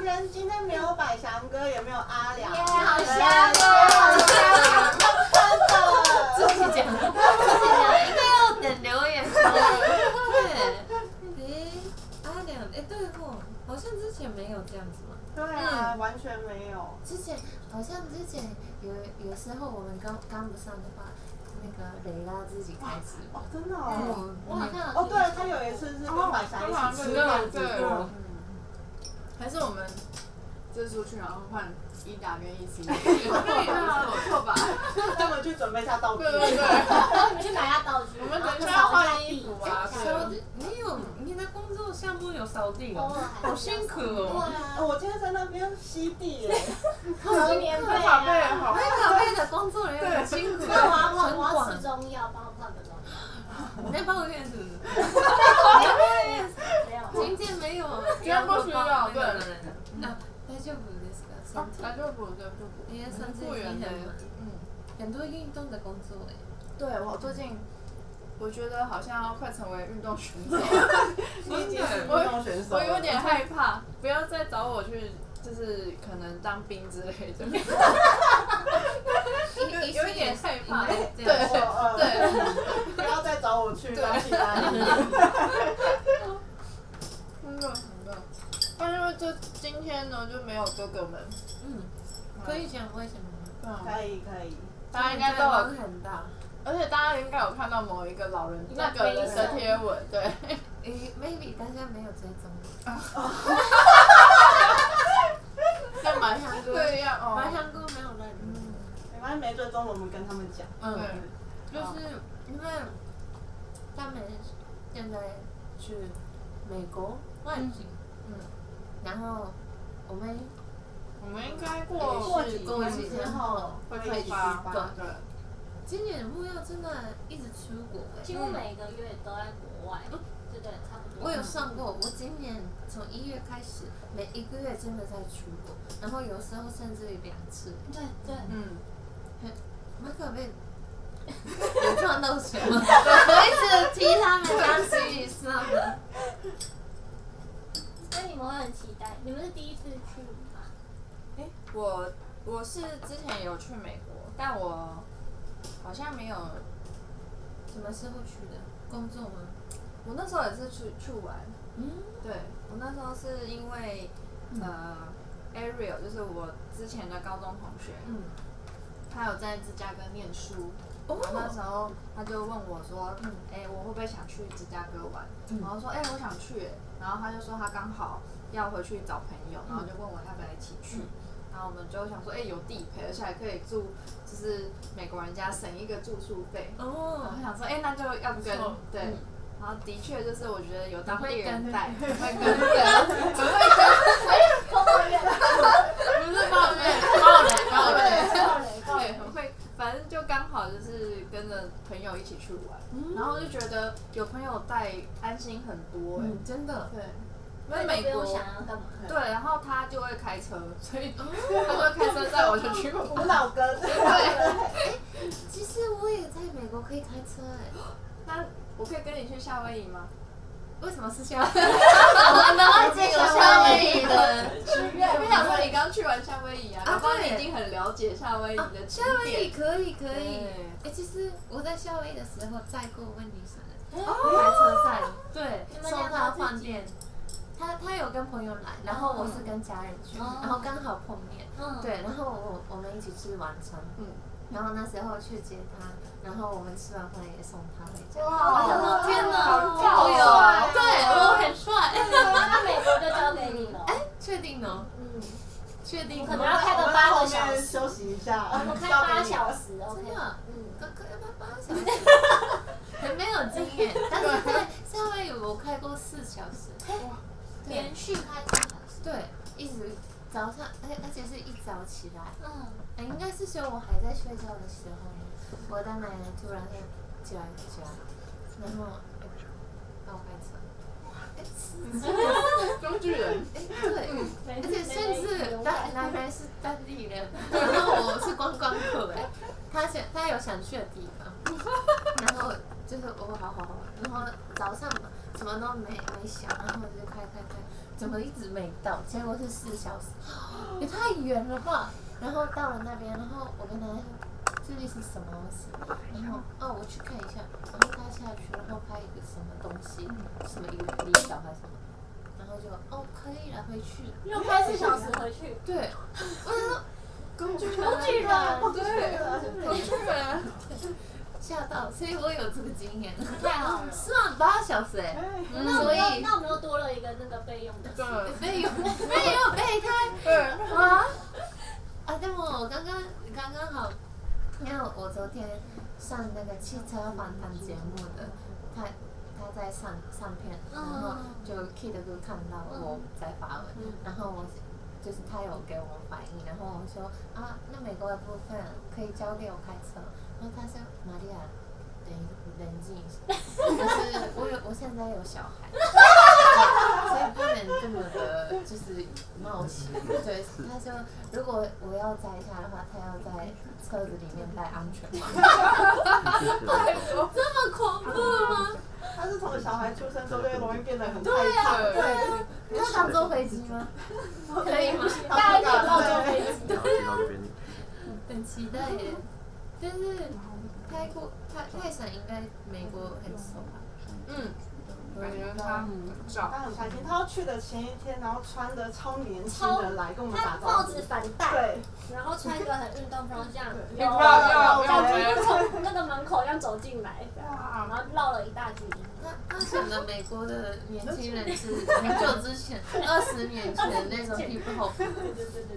们今天没有百祥哥，也没有阿良，耶好好香香哦哦，真嗯的，己讲。应该要等留言。对，诶，阿良，哎，对哦，好像之前没有这样子嘛。对啊，完全没有。之前好像之前有有时候我们刚刚不上的话，那个蕾拉自己开始。哦，真的哦。嗯我好像哦，对，他有一次是跟百祥一起吃饭，对还是我们就出去，然后换一打跟一星，没错吧？他们去准备一下道具。对对对，我们去买下道具。我们等一下要换衣服啊，扫对。地，你有你的工作项目有扫地偶尔哦，还好是辛苦哦。哦我今天在那边吸地耶，好棉被好贝尔啊。好我，也宝贝的工作人员很辛苦，那我要我很我要吃广。中药，帮我泡个中你在抱怨是不是？药。没有。今天没有，天不需要对那大丈夫ですか？身体来就补就补。因为上次复你原很的忙，嗯，很多运动的工作哎，对我最近。我觉得好像要快成为运动选手，你已经是运我动选手我了，有点害怕，不要再找我去，就是可能当兵之类的。有有一点害 怕对对我呃对，不要再找我去当其他人。真的很热。但因为就今天呢，就没有哥哥们，嗯，可以讲为什么吗？对啊可以可以，大家应该都有，很大。 而且大家应该有看到某一个老人一个那个人的贴文， 对，诶，maybe 大家没有追踪，像马香哥一样哦，麻香哥没有认，嗯，没关系，没追踪我们跟他们讲。对，嗯，哦就是因为他们现在去美国外景，嗯，然后我们我们应该过过几过天几之天后后会可开以出发，发。对，今年的目标真的一直出国哎。几乎每个月都在国外，对对，差不多。我有算过，我今年从一月开始，每一个月真的在出国，然后有时候甚至于两次。对对，嗯，马可被有撞到水吗？我一直踢他们当行李箱的。那你们会很期待？你们是第一次去吗？我我是之前有去美国，但我好像没有，什么时候去的？工作吗？我那时候也是去去玩，嗯，对我那时候是因为呃，Ariel 就是我之前的高中同学，嗯，他有在芝加哥念书，哦然后那时候他就问我说，嗯哎、我会不会想去芝加哥玩？嗯然后说，哎、我想去耶，然后他就说他刚好要回去找朋友，然后就问我要不要一起去。嗯然后我们就想说，哎、有地陪，而且还可以住，就是美国人家省一个住宿费。然哦后，想说，哎、那就要跟错对。嗯然后的确就是，我觉得有当地你会跟人带，会跟对，我会跟不是抱怨，抱怨，抱怨，对，很会，反正就刚好就是跟着朋友一起去玩，嗯然后就觉得有朋友带安心很多、欸，嗯，真的。对，因那为你美不用国，想啊要干嘛？对，然后他就会开车，哦所以他就开车载我就去玩，我老哥，其实我也在美国可以开车哎，那我可以跟你去夏威夷吗？为什么是夏威夷？我们会进入夏威夷的。许我想说你刚去完夏威夷啊，啊然后你对已经很了解夏威夷啊的，夏景威夷点，可以可以对。哎，其实我在夏威夷的时候载过温妮莎的。哦，开车站，对你，们送两个到自饭己店。他他有跟朋友来，然后我是跟家人去，哦然后刚好碰面。嗯，对，然后我我们一起吃晚餐，嗯，然后那时候去接他，然后我们吃完饭也送他回家。哇我想说天哪，好帅帅哦哦对，我很帅。那美国就交给你 了。哎，确定哦，嗯，确定我哦。可能要开个八个小时，休息一下。我们开八小时真，OK。的，嗯，哥哥要不要八小时？很没有经验，但是在夏威夷我开过四小时。连续开八小时。对，一直早上，而且而且是一早起来，嗯，哎，应该是说我还在睡觉的时候，我的奶奶突然就起来家，然后哎把我赶走。工具人，哎，对，而且甚至奶奶奶是当地人，欸然后我是观光客哎，他想他有想去的地方，然后就是我好好好，然后早上什么都没没想，然后就开开开，怎么一直没到？结果是四小时，也太远了吧？然后到了那边，然后我跟他说这里是什么东西，然后哦我去看一下，然后他下去，然后拍一个什么东西，什么一个离岛还是什么，然后就哦可以了，回去了。又开四小时回去，对，我想说工具人，工具人工具人对，工具人， 吓到，所以我有这个经 验。太好了。是吗？八小时哎、哎嗯那所我们以又那我们又多了一个那个备用的。对，没有 没有备胎。对，啊 啊！でも刚刚刚刚好，因为我昨天上那个汽车访谈节目的，他他在上上片，然后就 Kid 就看到我在发文，然后我就是他有给我反应，然后我说啊，那美国的部分可以交给我开车，然后他说玛利亚。等一冷静一下，就是我有，我现在有小孩，所以不能这么的，就是冒险。对，他说如果我要摘下的话，他要在车子里面戴安全帽。 这么恐怖吗？他是从小孩出生之后就容易变得很害怕，对对，那他坐飞机吗？可以吗？大大家家可可以以抱抱着着飞飞机机。很期待耶。但是泰国泰泰山应该美国很熟吧？嗯，感觉他很他照，很开心，他要去的前一天，然后穿的超年轻的来跟我们他打招帽呼子，反戴，对，然后穿一个很运动风，这样对有不要不要有不要有不要有从那个门口这样走进来，这样然后绕了一大圈。那那显得美国的年轻人是很久之前，二十年前的那种 people，对对对对对。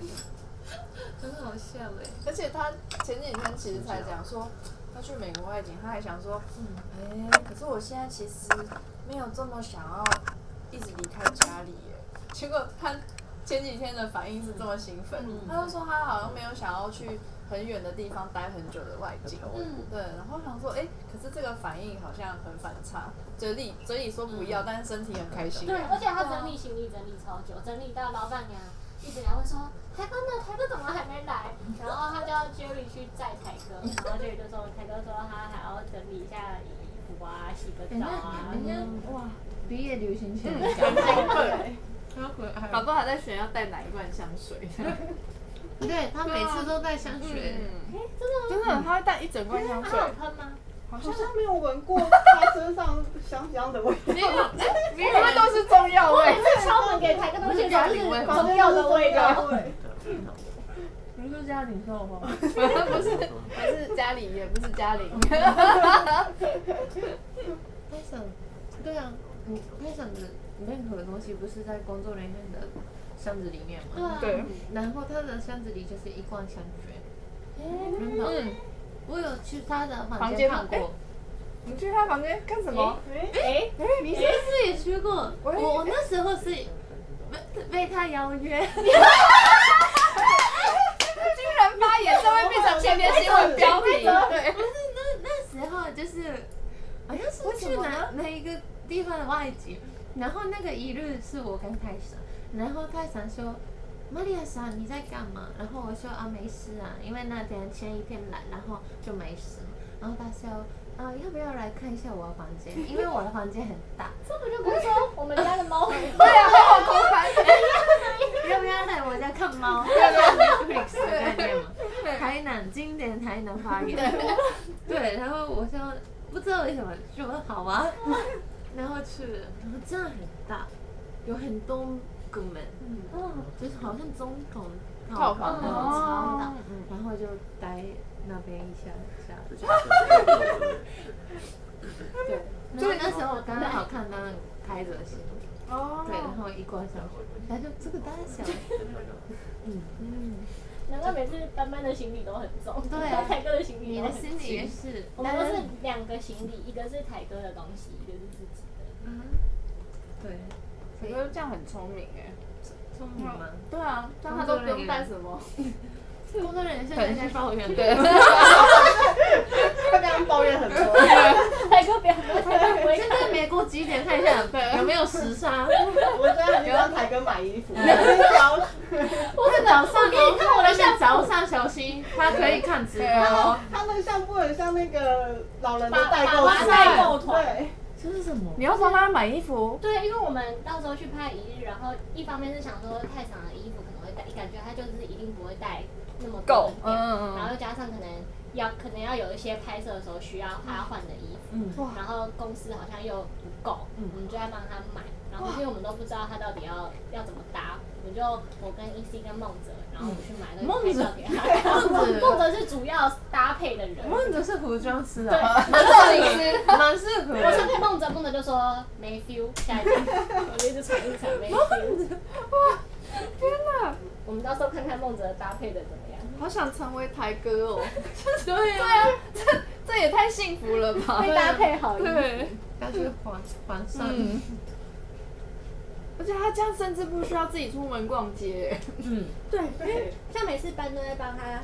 很好笑哎。而且他前几天其实才讲说，他去美国外景，他还想说，嗯，哎、可是我现在其实没有这么想要一直离开家里耶。结果他前几天的反应是这么兴奋，他就说他好像没有想要去很远的地方待很久的外景。嗯，对，然后想说，哎、可是这个反应好像很反差，嘴里嘴里说不要，但是身体很开心。对，而且他整理行李整理超久，整理到老板娘一直来问说台哥呢，台哥怎么还没来？然后他叫 Jerry 去载台哥，然后 Jerry 就说台哥说他还要整理一下衣服啊，洗个人澡家啊。人家哇，毕业旅行前的感觉。对，超可爱宝宝还在选要带哪一罐香水，对他每次都带 香水，哎，真的吗？真的，他会带一整罐香水他，有喷吗？好好像像没有闻过他身上香香的味道，因为都是中药味每。次敲门给台哥都觉得是中药的味道。对，你是家里做吗？不是，不是家里，也不是嘉玲。他想，对啊，你他想的任何东西不是在工作人员的箱子里面对吗？啊对，然后他的箱子里就是一罐香水，哎真的，嗯，我有去他的房房间间吗看过，你去他房间干什么？哎，你是不是也去过？我也我那时候是被被他邀约，居然发言，这会变成前面新闻标题。对不，是那那时候就是好像是去哪哪一个地方的外景，然后那个一日是我跟泰山，然后泰山说。玛利亚桑，你在干嘛？然后我说啊，没事啊，因为那天前一天来，然后就没事嘛。然后他说啊，要不要来看一下我的房间？因为我的房间很大，这不就不是说我们家的猫？对啊，好空白。要不要来我家看猫？看 Netflix 的概念嘛。台南经典台南花园。对，然后我说不知道为什么就说好啊，然后去了，然后真的很大，有很多个门，嗯，就是好像总统套房那种超大哦，然后就待那边一下下。对，然后那时候我刚刚好看到那个开着的新闻，哦对，然后一关上去，他就这个大小，嗯嗯，难怪每次班班的行李都很重，对啊台哥的行李你都的很心里轻也是，我们都是两个行李，一个是台哥的东西，一个是自己 的。嗯，对，我觉得这样很聪明哎。聪明吗？对啊，但他都不用带什么。工作人员现在在抱怨，对，他这样抱怨很多，台哥不要，台哥不会现在没以过几点看一下 有没有时差。我真的很刚才跟买衣服，挑我是早上哦，看我的早上小新，他可以看直对播。啊，他那个相簿很像那个老人的代购爸爸团代购团对，这是什么？你要帮他买衣服，对，因为我们到时候去拍一日，然后一方面是想说太长的衣服可能会带，感觉他就是一定不会带那么多够的，嗯量，嗯然后嗯，又加上可能要可能要有一些拍摄的时候需要他换的衣服，嗯然后公司好像又不够，嗯我们就在帮他买，然后因为我们都不知道他到底要要怎么搭，我们就我跟依稀跟梦泽，然后我们去买那嗯个拍照给他，梦泽梦泽是主要搭配的人，梦泽是服装师对，啊，然后你是。蛮适合我的。上面梦着梦着就说没 feel，下一集 我就一直传一直传没 feel。天哪，我们到时候看看梦泽搭配的怎么样。好想成为台哥哦，对啊， 这也太幸福了吧 会？搭配好衣服，对，要去皇皇上。嗯。而且他这样甚至不需要自己出门逛街，嗯，像每次班都在帮他。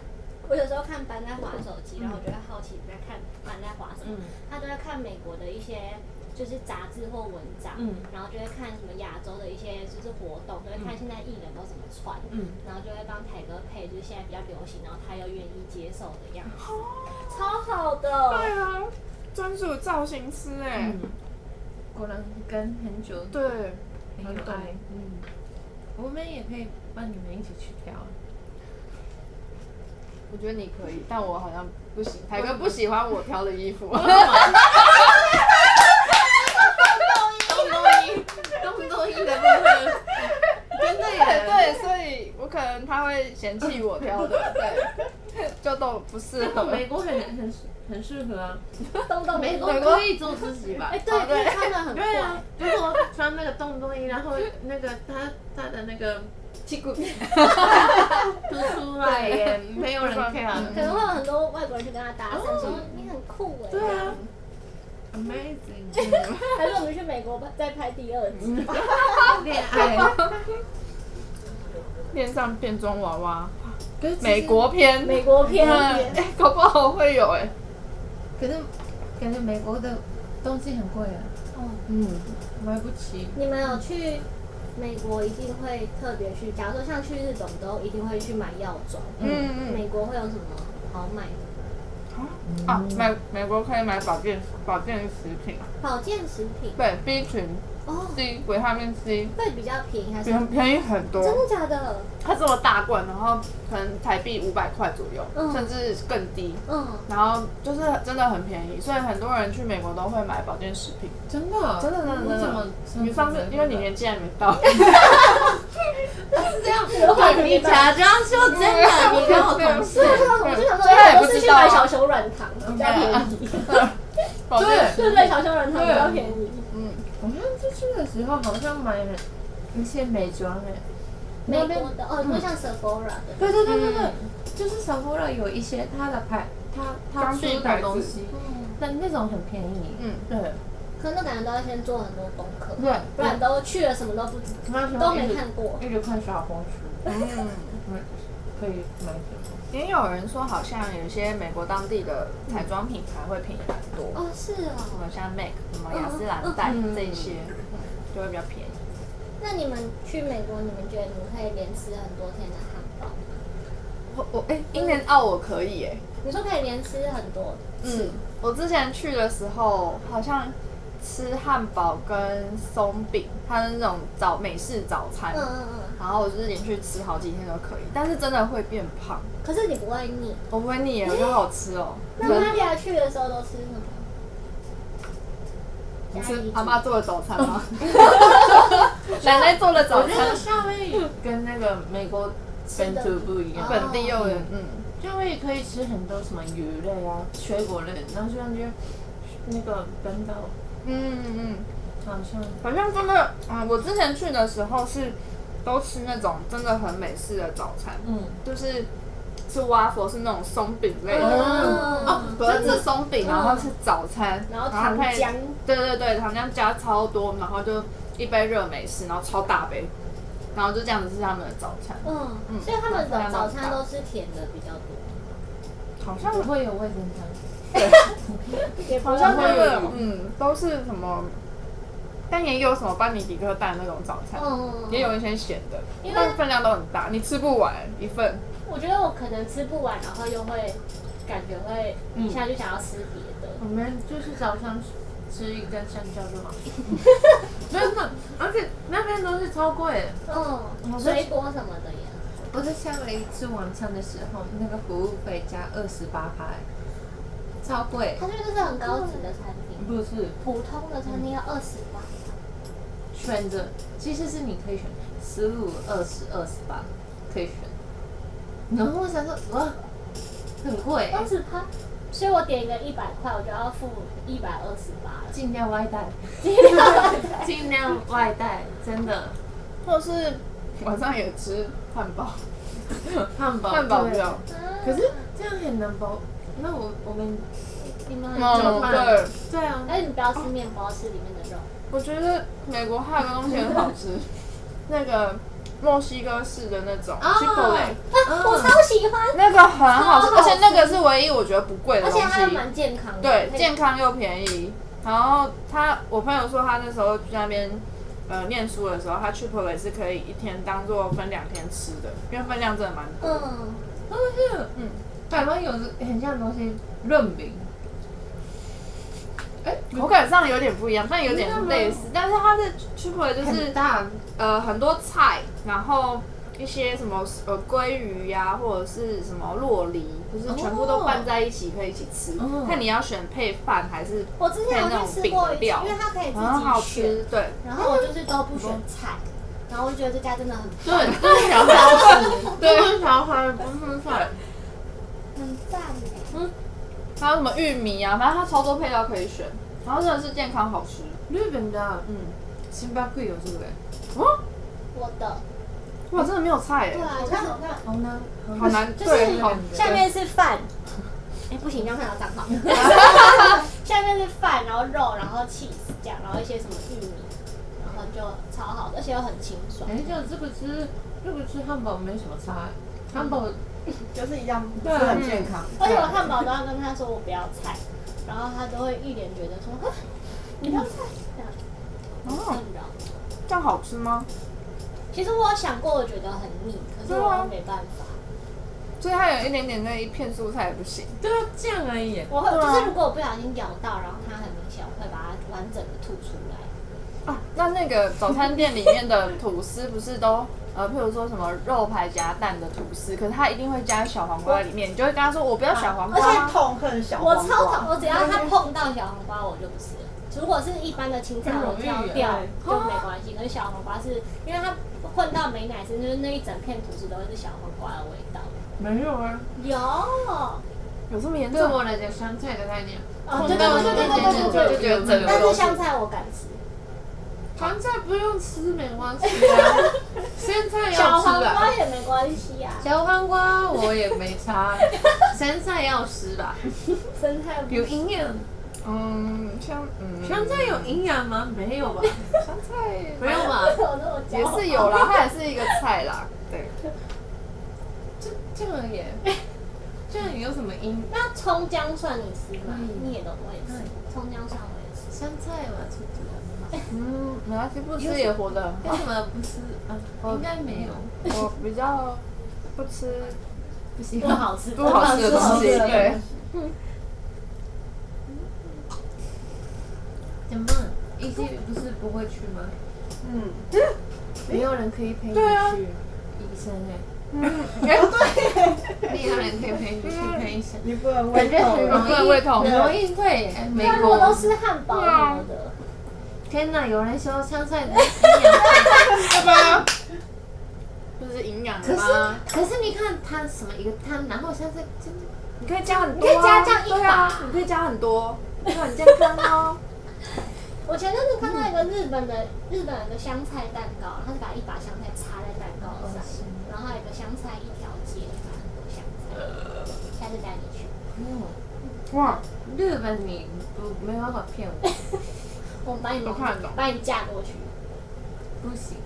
我有时候看班在划手机，然后我就会好奇在看班在划什么，嗯他都在看美国的一些就是杂志或文章，嗯然后就会看什么亚洲的一些就是活动，就会看现在艺人都怎么穿，嗯然后就会帮凯哥配，就是现在比较流行，然后他又愿意接受的样哦子，超好的。对啊，专属造型师哎、嗯，果然跟很久对，很有爱。嗯，我们也可以帮你们一起去挑。啊我觉得你可以，但我好像不行。凯哥不喜欢我挑的衣服，东东一，东东一的部分，真的耶。对，所以我可能他会嫌弃我挑的，对，就都不适合。美国很很很适合啊，东东美国美国可以做自己吧哎、？对，可以穿的很对啊，如果穿那个洞洞衣，然后那个他他的那个屁股，凸出来耶，没有人 care。可能会有很多外国人去跟他搭讪，说你很酷哎、嗯对啊，amazing，还是我们去美国吧，再拍第二嗯集。恋爱。恋上变装娃娃，可是其实美，国片，美国片嗯哎搞不好会有哎、可是感觉美国的东西很贵啊，嗯，买不起。你们有去美国一定会特别去，假如说像去日本都一定会去买药妆，嗯美国会有什么好买的？嗯啊，美美国可以买保健保健食品，保健食品对 B 群、哦， C 维他命 C 会比较便宜还是？便便宜很多，真的假的？它这么大罐，然后可能台币五百块左右，嗯甚至更低。嗯，然后就是真的很便宜，所以很多人去美国都会买保健食品。真的，真的真的我怎真么的？，你上次因为你年纪还没到，是这样，你假装说真的，你跟我同事，我就想说，他也哎，不我是知去道啊买小熊软糖比较便宜，保嗯对健不啊对？小熊软糖比较便宜。嗯，我上次去的时候好像买了一些美妆诶，美国的哦，你说像 Sephora 的，对对对对对，就是小波乐有一些它的牌，它它当地出牌的子东西，但那种很便宜。嗯，对可能感觉都要先做很多功课，对，不然都去了什么都不知，我那时候都没一直看过。一直看小红书，嗯，可以买什么？也有人说好像有些美国当地的彩妆品牌会便宜很多，哦，是什哦。么像 MAC、什么雅诗兰黛嗯这一些，就会比较便宜。那你们去美国，你们觉得你们可以连吃很多天的汉堡？我我哎，英联澳我可以哎，你说可以连吃很多，嗯，我之前去的时候好像吃汉堡跟松饼，它是那种早美式早餐，嗯嗯嗯，然后我就是连续吃好几天都可以，但是真的会变胖，可是你不会腻。我不会腻耶，我觉得好吃哦。那玛利亚去的时候都吃什么？你家吃里阿煮妈做的早 餐吗？奶奶做的早我觉得餐，夏威夷跟那个美国本土不一样，哦本地又有嗯，夏威夷可以吃很多什么鱼类啊、水果类，然后就感觉那个本岛嗯嗯嗯，好像好像真的，嗯，我之前去的时候是都吃那种真的很美式的早餐，嗯就是是 waffle 是那种松饼类的。嗯哦，不是吃松饼，然后是早餐，嗯然后糖配浆，对对对，糖浆加超多，然后就一杯热美式，然后超大杯，然后就这样子是他们的早餐，嗯，嗯所以他们的早餐都吃甜的比较多，好像不会有味增汤。也不好像嗯会那个嗯都是什么但也有什么班尼迪克蛋那种早餐，嗯也有一些咸的因为，但分量都很大，你吃不完一份。我觉得我可能吃不完，然后又会感觉会一下就想要吃别的。我们就是早上吃一根香蕉 就好。真的，而且那边都是超贵，嗯，水果什么的也。我在夏威夷吃晚餐的时候，那个服务费加二十八块，超贵。它就是很高级的餐厅，嗯不是普通的餐厅要二十八。选择其实是你可以选十五、二十、二十八，可以选。然后我想说，哇，很贵，哦二十八，所以我点一个一百块，我就要付一百二十八了。尽量外带， 尽量外带，真的。或是晚上也吃汉堡，汉堡，汉堡对包。啊可是这样很难保。那我我们你们很久，嗯，对，对啊，但是你不要吃面包，吃里面的肉。我觉得美国还有个东西很好 吃，那个墨西哥式的那种 Chipotle，啊，我超喜欢，那个很好吃，超好而吃且那个是唯一我觉得不贵的而东且它又西，蛮健康的。对可，以健康又便宜。然后他，我朋友说他那时候去那边。呃，念书的时候，他 Chipotle 是可以一天当做分两天吃的，因为分量真的蛮多。嗯，台湾有很像的东西，润饼，口感上有点不一样，但有点类似。但是它的 Chipotle 就很是大，呃很多菜，然后一些什么呃鲑鱼呀、或者是什么洛梨，就是全部都拌在一起可以一起吃。哦看你要选配饭还是我之前有去吃过一次，因为它可以自很啊好己选，吃，嗯对然后我就是都不选菜，然后我就觉得这家真的很对，就是小孩，对，小孩不是帅，很赞欸耶。还有什么玉米啊，反正它超多配料可以选，然后真的是健康好吃。日本的嗯，星巴克有这个，哦，我的，哇，真的没有菜对哎，啊，然后好难，好好难，就是对，好下面是 饭，哎不行，这样看到账号。下面是饭，然后肉，然后 cheese 这样，然后一些什么玉米，然后就超好，而且又很清爽。嗯难。哎，就这个吃，这个吃汉堡没什么差，汉堡就是一样，是对很健康。而且我啊汉堡都要跟他说我不要菜，然后他都会一脸觉得说，啊你不要菜，这样哦很困扰。这样好吃吗？其实我有想过，我觉得很腻，可是我又没办法。所以它有一点点那一片蔬菜也不行。对啊，这样而已。我会就是如果我不小心咬到，然后它很明显，我会把它完整的吐出来。啊，那那个早餐店里面的吐司不是都呃，譬如说什么肉排夹蛋的吐司，可是它一定会加小黄瓜在里面，你就会跟他说我不要小黄瓜而且啊，痛恨小我黄瓜超讨，我只要它碰到小黄瓜，我就不吃了。如果是一般的青菜，我挑掉就没关系。可是小黄瓜是因为它混到美乃滋，就是那一整片吐司都是小黄瓜的味道。没有啊，有，哦，有这么严对重？我来讲，香菜的概念，对对对对对对对对。就觉得整个但是都是香菜我敢吃，香菜不用吃没关系啊，香菜小要黄吃啊。瓜也没关系啊。小黄瓜我也没差，香菜要吃吧，生菜不有营养。嗯，香嗯香菜有营养吗？没有吧，香菜没有吧。有那么也是有啦，它也是一个菜啦，对，这这个也，这样有什么营？那葱姜蒜你吃吗？嗯你也都我也吃，葱姜蒜我也吃。香菜嘛，出去了。 嗯，没关系，不吃也活得很为好。什么不吃啊？应该没有，我比较不吃不喜不欢。好吃，啊不好吃的东西，对，怎么办？一些不是不会去吗？嗯，没有人可以陪你去对啊医生哎对，哎， 没有人可以陪你去看医生。你不感能胃觉很痛容了。不能易，胃痛很容易会耶。美那如国果都吃汉堡什么的，嗯天哪，有人说香菜的营养太对吧？就是营 养可吗？是可是你看它什么一个汤，然后香菜真的你可以加很你多、可啊，以加这样一把对啊，你可以加很 多，就很健康哦。我前阵子看到一个日本的日本人的香菜蛋糕，他是把一把香菜插在蛋糕上，然后还有一个香菜一条街，把很多香菜。呃下次带你去，没有。 哇，日本你不没办法骗我，我们把你我看得懂把你嫁过去。不行。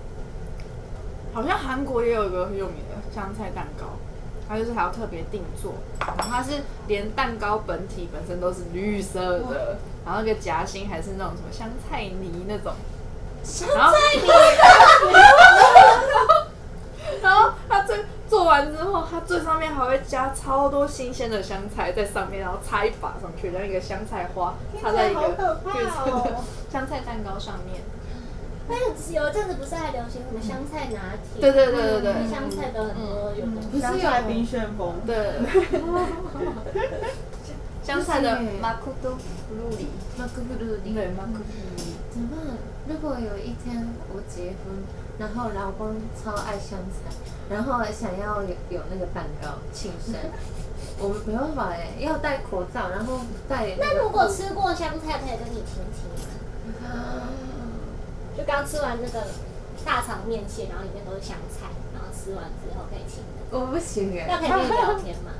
好像韩国也有一个很有名的香菜蛋糕，它就是还要特别定做，然后它是连蛋糕本体本身都是绿色的，然后那个夹心还是那种什么香菜泥那种，然后然后他最做完之后，他最上面还会加超多新鲜的香菜在上面，然后插一把上去，然后一个香菜花插在一好可个怕绿色的哦！ 香菜蛋糕上面。哎，有阵子不是还流行什么香菜拿铁？嗯对对对对对嗯香菜的很多有的。不香是菜有冰旋风，对，香菜的马库多布鲁里，那个不如你对马库布鲁里，怎么办？如果有一天我结婚，然后老公超爱香菜，然后想要有有那个蛋糕庆 生，我们没办法哎，要戴口罩，然后戴个那如果吃过香菜，可以跟你提提。啊就刚吃完那个大肠面线，然后里面都是香菜，然后吃完之后可以请的。我不行哎那，可以跟你聊天 吗？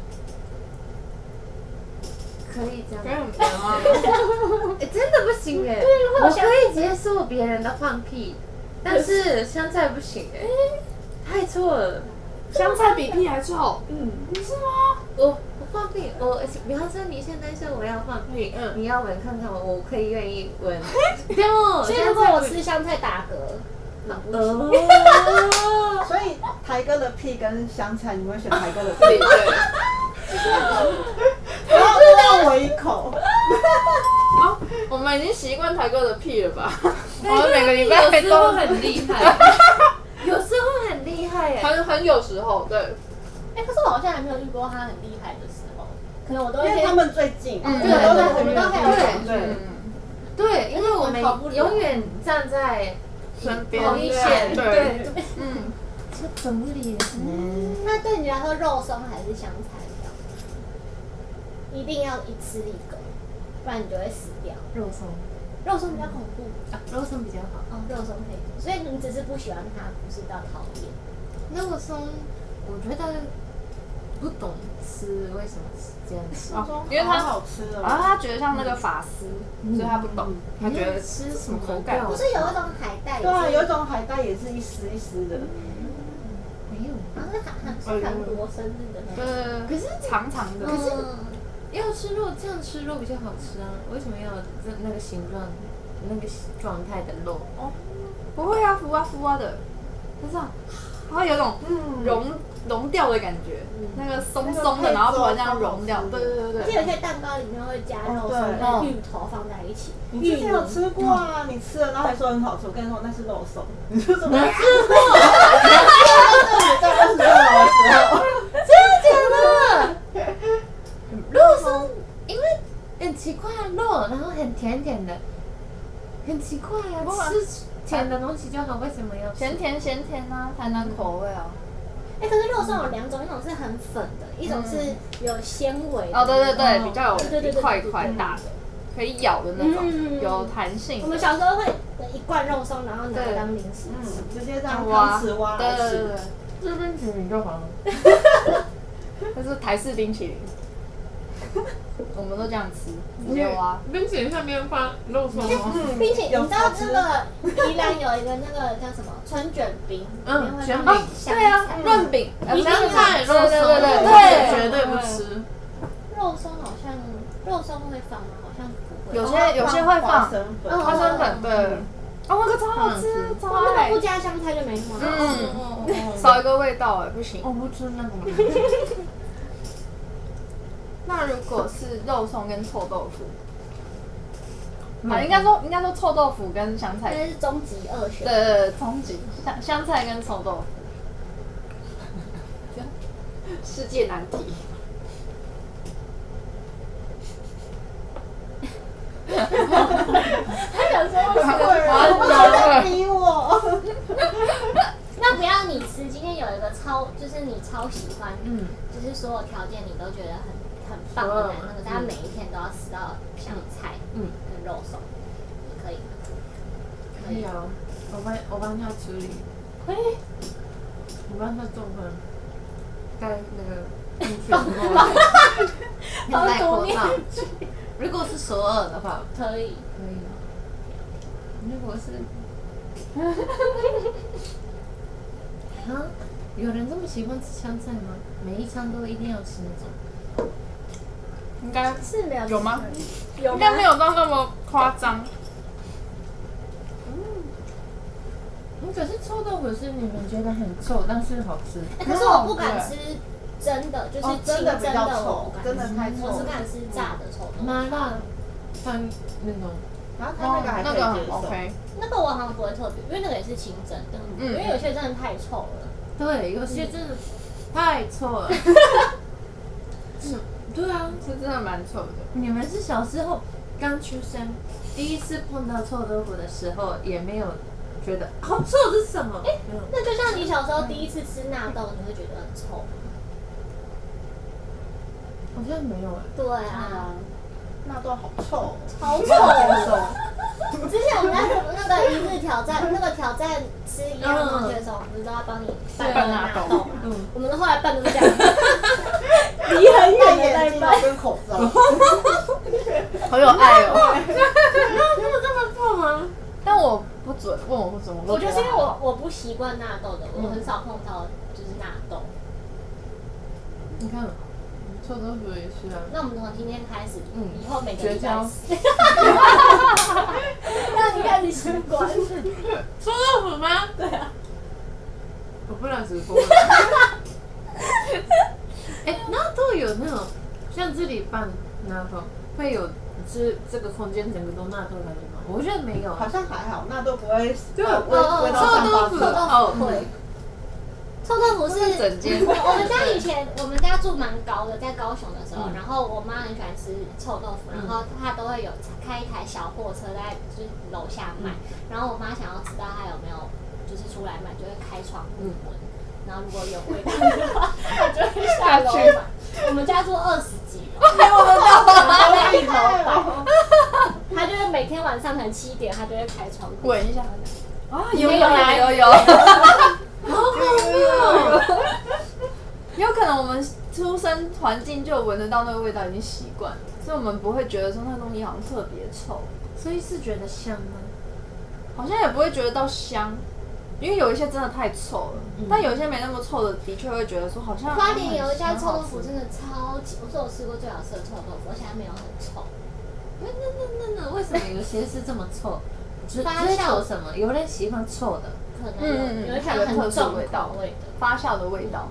可以这样没吗，有没有啊，哎真的不行哎，我可以接受别人的放屁，但是香菜不行哎，太错了。香菜比屁还臭，我不放屁，我比方说你现在说我要放屁，嗯你要闻看看我，我可以愿意闻。对哦，所以如果我吃香菜打嗝，你不 行哦，所以台哥的屁跟香菜，你会选台哥的对屁，对。然后就让我一口。啊，我们已经习惯台哥的屁了吧？我们每个礼拜有时候都很厉害， 有时候很厉害哎。很很有时候，对，哎、可是我好像还没有遇过他很厉害的时候，可能我都会因为先他们最近，嗯我们都在很对远的地方对对，嗯对，因为我们跑不了永远站在身边同一线，对，对，嗯，这怎么理解呢？那对你来说，肉松还是香菜比较好？一定要一吃一个，不然你就会死掉。肉松，肉松比较恐怖啊肉松比较好。哦，肉松可以，所以你只是不喜欢它，不是到讨厌。肉松，我觉得不懂吃，为什么吃这样吃？哦因为好他，好吃然后哦。他觉得像那个法师，所以他不懂，他觉得吃什么口感不是有一种海带也是？对啊，有一种海带也是一丝一丝的，没有。好像是韩韩是韩国生日的那对种。对对可是呃长长的，可是要吃肉，这样吃肉比较好吃啊。为什么要这那个形状、那个状态的肉？不会啊，浮啊浮啊的，就是啊，然后有种嗯融融掉的感觉，那个松松的，然后突然这样融掉，对对对我对记对，得有些蛋糕里面会加肉松哦跟芋头放在一起，你之前芋有泥吃过啊？你吃了，然后还说很好吃。我跟你说，那是肉松。你说什么？吃过。在二十二楼的时候，肉松，因为很奇怪啊，肉，然后很甜甜的，很奇怪啊不，啊吃甜的东西就好，为什么要吃咸？甜咸甜啊，台南口味啊，哎、可是肉松有两种，一种是很粉的，一种是嗯有纤维的。哦对对对，哦比较对对有对一对块一块大的，可以咬的那种，嗯有弹性的，我们小时候会一罐肉松，然后拿来当零食 嗯吃。，直接这样挖汤匙挖对来对吃。对对这边指你就好了。对，就是台式冰淇淋，我们都这样吃，直接啊挖，嗯冰淇淋上面放肉松哦，嗯并且你有知道好吃这个宜兰有一个那个叫什么春卷饼，嗯里面会卷放饼香对啊菜，嗯润饼，香菜肉对松，对对对我对绝对不吃。肉松好像肉松会放吗？好像不会。哦有然些后有些会花放生粉，嗯花生粉，对，哦，那个超好吃，超那爱个不，加香菜就没什么好吃。哎嗯，嗯少一个味道哎，不行。我不吃那个。那如果是肉松跟臭豆腐，啊，应该说应该说臭豆腐跟香那菜，是终极二选。的冲击香香菜跟臭豆腐，世界难题。他想说为什么我逼我。那不要你吃，今天有一个超，就是你超喜欢，嗯，就是所有条件你都觉得很很棒的男生，可是他嗯每一天都要吃到香菜，嗯嗯，跟肉松，你可以吗？可以啊，我帮我帮他处理，可以，我帮他做饭，带那个冰淇放淋过来放要戴放口毒面罩。如果是首尔的话，可可以。以。如果是，啊，有人这么喜欢吃香菜吗？每一餐都一定要吃那种？应该是没有有吗？有吗应该没？有到那么夸张。可是臭豆腐是你们觉得很臭，但是好吃。哎可是我不敢吃真的，就是哦清真真的比较的我臭不，敢真的吃太臭我只了。敢吃炸的臭豆腐。麻辣汤那种， 然后他那个还可那以个接很受， OK，那个我好像不会特别，因为那个也是清蒸的，嗯因为有些真的太臭了。对，有些真的太臭 了。嗯对啊，是真的蛮臭的。你们是小时候刚出生，第一次碰到臭豆腐的时候，也没有觉得好臭这是什么？没有那就像你小时候第一次吃纳豆，你会觉得很臭。好像没有哎。对啊，纳豆好臭，好臭接哦。受。之前我们那那个一日挑战，那个挑战吃一样东西的时候，我们不是都要帮你拌纳豆吗？嗯我们后来拌成这 样，离很戴远的眼在镜啊拌要。跟口罩，好有爱哦。真的这么臭吗？但我不准，问我不准，我我觉得是因为我我不习惯纳豆的，嗯我很少碰到就是纳豆。你看，臭豆腐也是啊。那我们从今天开始，嗯以后每个绝礼拜交四， 让你开始习惯。臭豆腐吗？对啊。我不能直 播了。哎、纳豆有那种像这里拌纳豆，会有这这个空间整个都纳豆来的吗？我觉得没有啊。好像还好，纳豆不会对呃味味道散臭发豆出腐来。哦，会臭豆腐是整间我 我们家以前我们家住蛮高的，在高雄的时嗯候，然后我妈很喜欢吃臭豆腐，然后她都会有开一台小货车在就是楼下卖，嗯然后我妈想要知道她有没有就是出来买，就会开窗户闻，嗯然后如果有味道的话，她就会下楼 买。我们家住二十几楼，太好了，她就是每天晚上可能七点，她就会开窗户。闻一下啊，有有有有来有 有，好恐怖哦！有可能我们出生环境就闻得到那个味道，已经习惯了，所以我们不会觉得说那个东西好像特别臭，所以是觉得香吗？好像也不会觉得到香。因为有一些真的太臭了，但有一些没那么臭的，的确会觉得说好像花莲有一家臭豆腐真的超级，我是我吃过最好吃的臭豆腐，而且它没有很臭。那那那那那为什么有些是这么臭？追发追酵求什么？有人喜欢臭的，可能有、嗯嗯嗯有一条很重口味的，发酵的味道。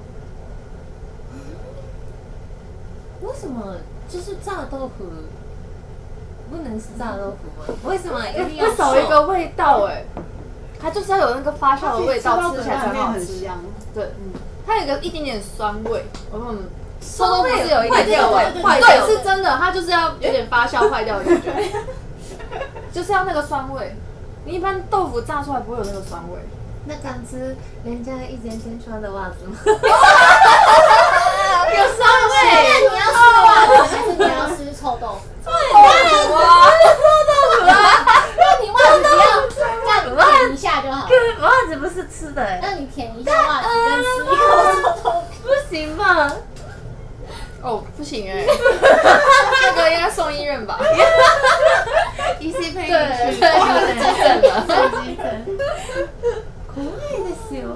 为什么就是炸豆腐不能是炸豆腐吗？为什么嗯一定要会少一臭个味道哎、它就是要有那个发酵的味道，吃起来才面好很吃。香。对，它有一个一点点酸味，嗯，臭酸豆腐味是有一坏点点掉味了，坏掉对，了是真的，它就是要有点发酵坏掉的感觉，就是要那个酸味。你一般豆腐炸出来不会有那个酸味，那敢吃人家一整天穿的袜子吗？有酸那你要吃袜子，还是你要吃臭豆腐？味。哇，那你袜子只要这样舔一下就好了。 袜子不是吃的、欸，那你舔一下袜子跟吃一口臭豆腐， 不行吧？哦，不行哎、这个应该送医院吧？一些配对对，对真的，手机疼。怖いですよ。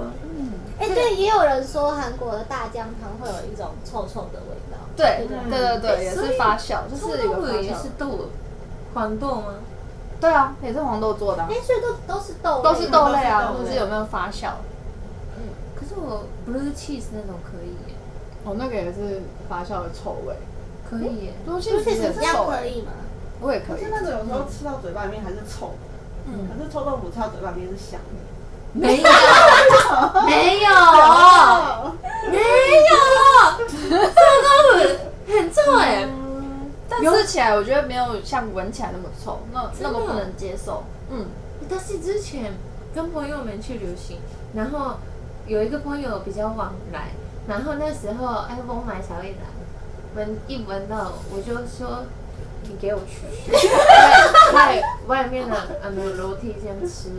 哎、对，也有人说韩国的大酱汤会有一种臭臭的味道。对对对对，也是发酵，就臭是有豆个发腐也酵是。豆，黄豆吗？对啊，也是黄豆做的啊、哎、所以都都是豆类吗，都是豆类啊，都是豆类就是有没有发酵？嗯可是我 blue cheese 那种可以耶，哦，那个也是发酵的臭味，可以耶。东西而且其实是很这样臭可哎，以吗？我也可可以是。那种有时候吃到嘴巴里面还是臭的，嗯可是臭豆腐吃到嘴巴里面是香的。没有，没有，哦没有，臭豆腐很臭哎。但吃起来我觉得没有像闻起来那么臭，那那么不能接受。 嗯，但是之前跟朋友们去旅行，然后有一个朋友比较晚来，然后那时候哎，我买小一来，闻一闻到我就说你给我去，在外面的啊没有楼梯间吃，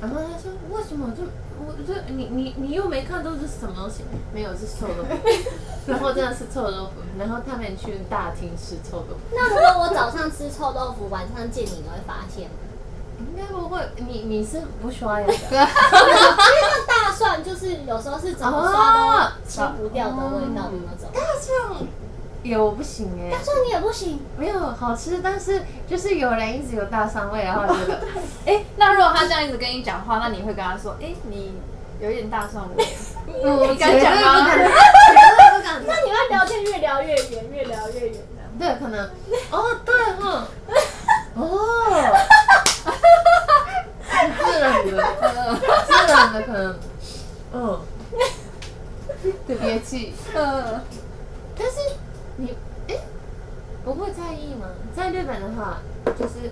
然后他说为什么这我这你你你又没看到这是什么东西？没有是臭豆腐，然后真的是臭豆腐，然后他们去大厅吃臭豆腐，那如果我早上吃臭豆腐，晚上见你，你会发现吗？应该不会，你你是不刷牙的。啊因为那大蒜就是有时候是怎么刷都清不掉的味道的那种。像有我不行哎、但是你也 不行，没有好吃，但是就是有人一直有大伤味，然后我觉得哎，那如果他这样一直跟你讲话，那你会跟他说，哎，你有一点大蒜味，我哦你敢讲吗绝对不敢绝对不敢那你们聊天越聊越远，越聊越远的。对，可 能哦，对哈，哦，自然的，自然的可能，嗯，的憋气，嗯，但是你哎、不会在意吗？在日本的话，就是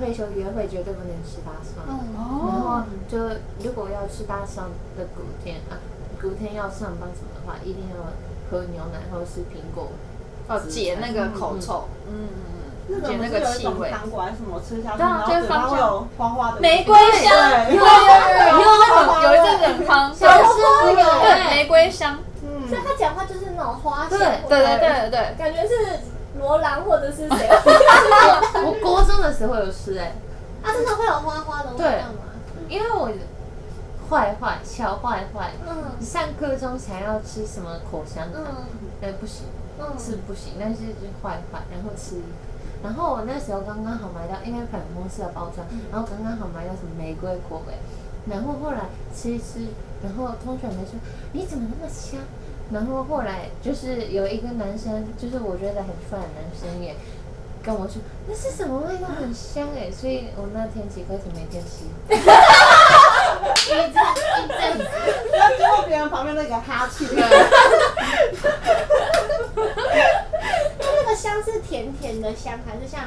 会说约会绝对不能吃大蒜，然后哦就如果要吃大蒜的古天啊，古天要上班什么的话，一定要喝牛奶或是苹果哦，解那个口臭，嗯，日本解不那是个有一气种味，糖果还是什么吃下去，对然啊后就是嘴巴芳会香有花花的玫瑰香，对有有有有花那种花 有味一阵子很夯，小时候有对玫瑰香，嗯所以他讲话就是那种花香，对对对，对对对，感觉是罗兰或者 是谁， 我高中的时候有吃哎、他真的会有花花的味道吗？因为我坏坏小坏坏，嗯上课中想要吃什么口香糖，嗯呃不行嗯，是不行，但是就坏坏，然后吃。然后我那时候刚刚好买到，因为百公司的包装，嗯然后刚刚好买到什么玫瑰果味，然后后来吃一吃，然后同学们说你怎么那么香？然后后来就是有一个男生，就是我觉得很帅的男生也跟我说那是什么味道，很香哎，所以我那天起开始每天 吃。不要经过别人旁边那个哈气，那个香是甜甜的香，还是像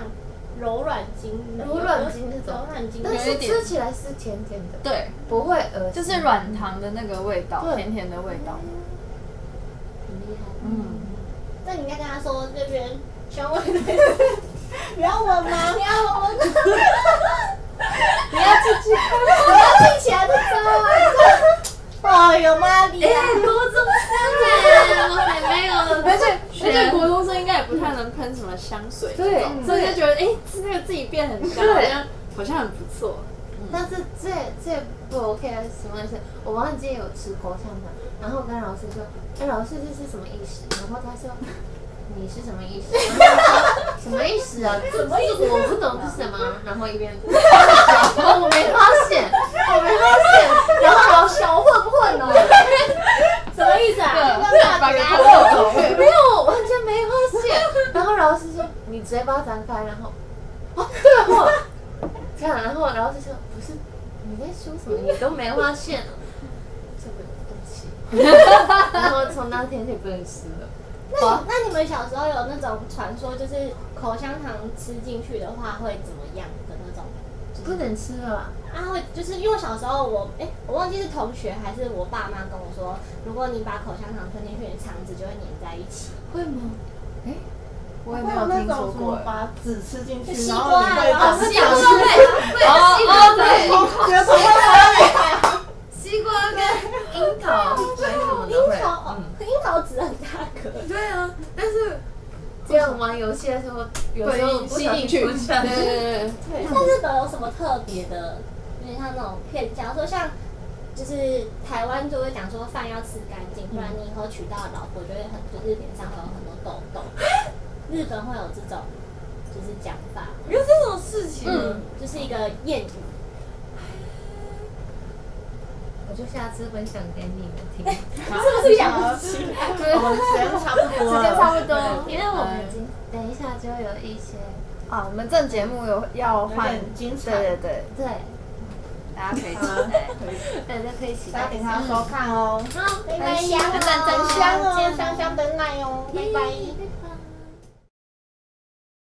柔软筋的？柔软筋那种柔软筋的但有是一点吃起来是甜甜的，对，不会恶心，就是软糖的那个味道，对甜甜的味道，很厉害。嗯，那你应该跟他说这边香味， 你要闻吗？你要我，你要进去， 你要进起来的时候啊，哦，有吗？你啊，而且而且国中生应该也不太能喷什么香水，对，所以就觉得哎，这个自己变很香，好像好像很不错，但是最最不 OK 啊的情况是，我忘记有吃口香糖，然后跟老师说，哎、老师这是什么意思？然后他说。你是什么意思？然后我说什么意思啊？什么意思？我不懂是什么。然后一边， 哦，我没发现，我没发现。然后老师，我混混哦，什么意思啊？把给扣走，没有，完全没发现。然后老师说，你嘴巴张开，然后，哦，对哦，这样，然后老师说，不是，你在说什么？你都没发现哦。这个对不起。然后从那天就不能吃了。那那你们小时候有那种传说，就是口香糖吃进去的话会怎么样的那种？不能吃了吧？啊，会就是因为小时候我哎、我忘记是同学还是我爸妈跟我说，如果你把口香糖吞进去，你肠子就会粘在一起。会吗？我也会没有有那听种说什过么哎。把籽吃进去，西然瓜后你啊，会把然觉后得西瓜啊哦哦，对，从西瓜跟樱桃还啊有什么的樱会？桃，樱桃籽很大颗，对啊，但是这样玩游戏的时候，啊有时候会不吸小进心去，吞下对去对对对。那日本有什么特别的？有点像那种骗，假如说像。就是台湾就会讲说饭要吃干净，不然你以后娶到的老婆就会很，就是脸上会有很多痘痘。日本会有这种，就是讲法，有这种事情嗯，就是一个谚语。我就下次分享给你们听。是不 是想吃？我们时间差不多了，时间差不多因为我们已经哦呃等一下就有一些对。啊，我们正节目有要有换，点精彩对对对，对，大家可以期啊待。大家可以期大家待。等一下收看哦。拜拜，很香香哦哦，今天香香的奶哦，拜拜。拜